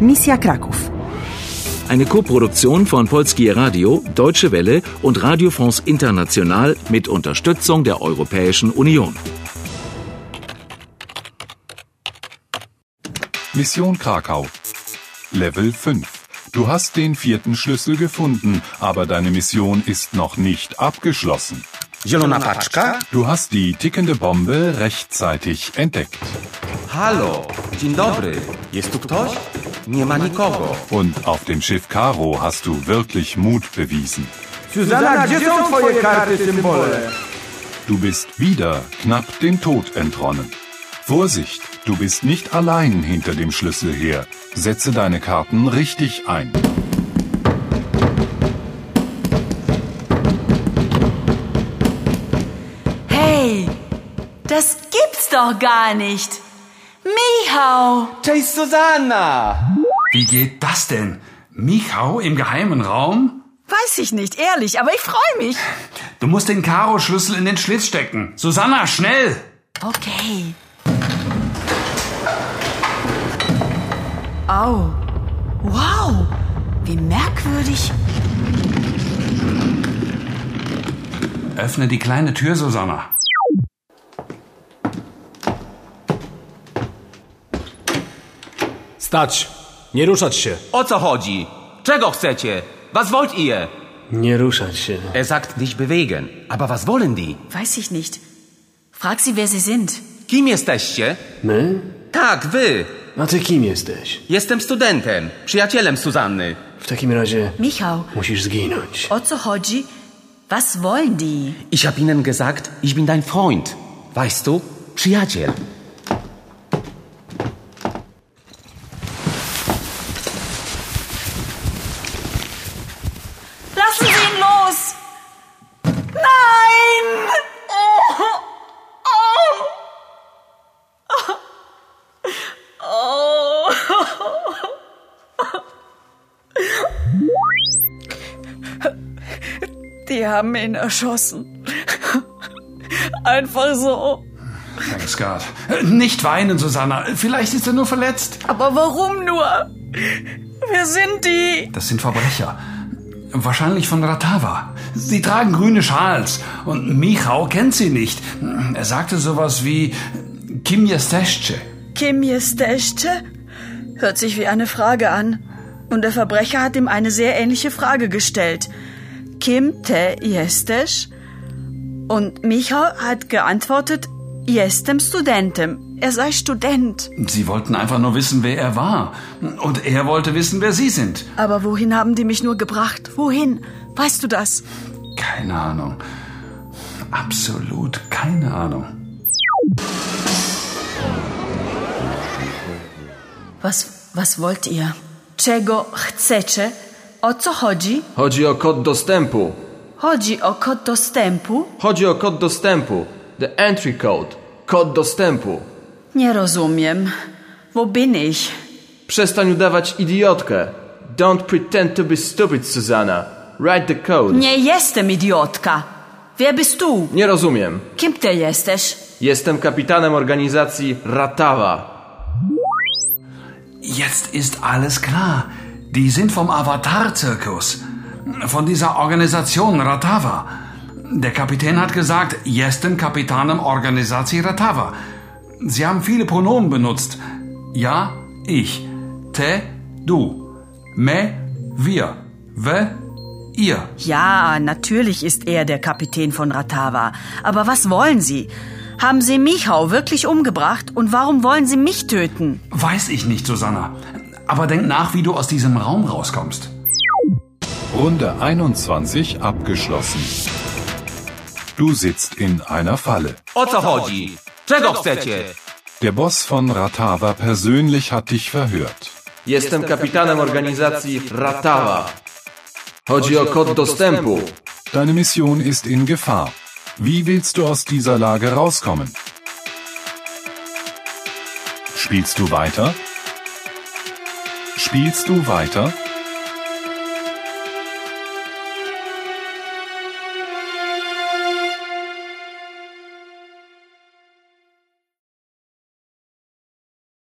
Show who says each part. Speaker 1: Misja Kraków.
Speaker 2: Eine Koproduktion von Polskie Radio, Deutsche Welle und Radio France International mit Unterstützung der Europäischen Union.
Speaker 3: Mission Krakau. Level 5. Du hast den vierten Schlüssel gefunden, aber deine Mission ist noch nicht abgeschlossen.
Speaker 4: Zielona paczka?
Speaker 3: Du hast die tickende Bombe rechtzeitig entdeckt.
Speaker 4: Halo, dzień dobry. Jest tu ktoś? Nie ma nikogo.
Speaker 3: Und auf dem Schiff Karo hast du wirklich Mut bewiesen.
Speaker 5: Zuzana, gdzie są twoje karty, symbole?
Speaker 3: Du bist wieder knapp dem Tod entronnen. Vorsicht, du bist nicht allein hinter dem Schlüssel her. Setze deine Karten richtig ein.
Speaker 6: Hey, das gibt's doch gar nicht. Mihau,
Speaker 5: Cześć, Zuzana!
Speaker 7: Wie geht das denn? Michau im geheimen Raum?
Speaker 6: weiß ich nicht, ehrlich, aber ich freue mich.
Speaker 7: Du musst den Karo-Schlüssel in den Schlitz stecken. Susanna, schnell!
Speaker 6: Okay. Au. Wow, wie merkwürdig.
Speaker 7: Öffne die kleine Tür, Susanna.
Speaker 8: Stać! Nie ruszać się!
Speaker 4: O co chodzi? Czego chcecie? Was wollt ihr?
Speaker 8: Nie ruszać się.
Speaker 4: Er sagt nicht bewegen. Aber was wollen die?
Speaker 6: Weiß ich nicht. Frag sie, wer sie sind.
Speaker 4: Kim jesteście?
Speaker 8: My?
Speaker 4: Tak, wy.
Speaker 8: A ty kim jesteś?
Speaker 4: Jestem studentem, przyjacielem Suzanny.
Speaker 8: W takim razie
Speaker 6: Michał,
Speaker 8: musisz zginąć.
Speaker 6: o co chodzi? Was wollen die?
Speaker 4: Ich hab ihnen gesagt, ich bin dein Freund. Weißt du? Przyjaciel.
Speaker 6: Lassen Sie ihn los! Nein! Oh! Oh! Oh! Die haben ihn erschossen. Einfach so.
Speaker 7: Thanks God. Äh, Nicht weinen, Susanna. Vielleicht ist er nur verletzt.
Speaker 6: Aber warum nur? Wer sind die?
Speaker 7: Das sind Verbrecher. Wahrscheinlich von Ratava. Sie tragen grüne Schals. Und Michau kennt sie nicht. Er sagte sowas wie Kim Jesteschce.
Speaker 9: Kim Jestesche? Hört sich wie eine Frage an. Und der Verbrecher hat ihm eine sehr ähnliche Frage gestellt. Kim te jesteś? Und Michal hat geantwortet, jestem studentem. Er sei Student.
Speaker 7: Sie wollten einfach nur wissen, wer er war. Und er wollte wissen, wer sie sind.
Speaker 9: Aber wohin haben die mich nur gebracht? Wohin? Weißt du das?
Speaker 7: Keine Ahnung. Absolut keine Ahnung.
Speaker 6: Was, was wollt ihr? Czego chcecie? O co chodzi?
Speaker 10: Chodzi o kod dostępu.
Speaker 6: Chodzi o kod dostępu?
Speaker 10: Chodzi o kod dostępu. The entry code. Kod dostępu.
Speaker 9: Nie rozumiem. Wo bin ich?
Speaker 10: Przestań udawać idiotkę. Don't pretend to be stupid, Susanna. Write the code.
Speaker 6: Nie jestem idiotka. Wer bist du?
Speaker 10: Nie rozumiem.
Speaker 6: Kim ty jesteś?
Speaker 10: Jestem kapitanem organizacji Ratawa.
Speaker 7: Jetzt ist alles klar. Die sind vom Avatar-Zirkus. Von dieser Organisation Ratava. Der Kapitän hat gesagt, jestem kapitanem organizacji Ratava. Sie haben viele Pronomen benutzt. Ja, ich. Te, du. Me, wir. We, ihr.
Speaker 9: Ja, natürlich ist er der Kapitän von Ratava. Aber was wollen Sie? Haben Sie Michau wirklich umgebracht und warum wollen Sie mich töten?
Speaker 7: Weiß ich nicht, Susanna. Aber denk nach, wie du aus diesem Raum rauskommst.
Speaker 3: Runde 21 abgeschlossen. Du sitzt in einer Falle.
Speaker 4: O co chodzi? Czego chcecie?
Speaker 3: Der Boss von Ratava persönlich hat dich verhört.
Speaker 10: Jestem kapitanem organizacji Ratawa. Chodzi o kod dostępu.
Speaker 3: Deine Mission ist in Gefahr. Wie willst du aus dieser Lage rauskommen? Spielst du weiter? Spielst du weiter?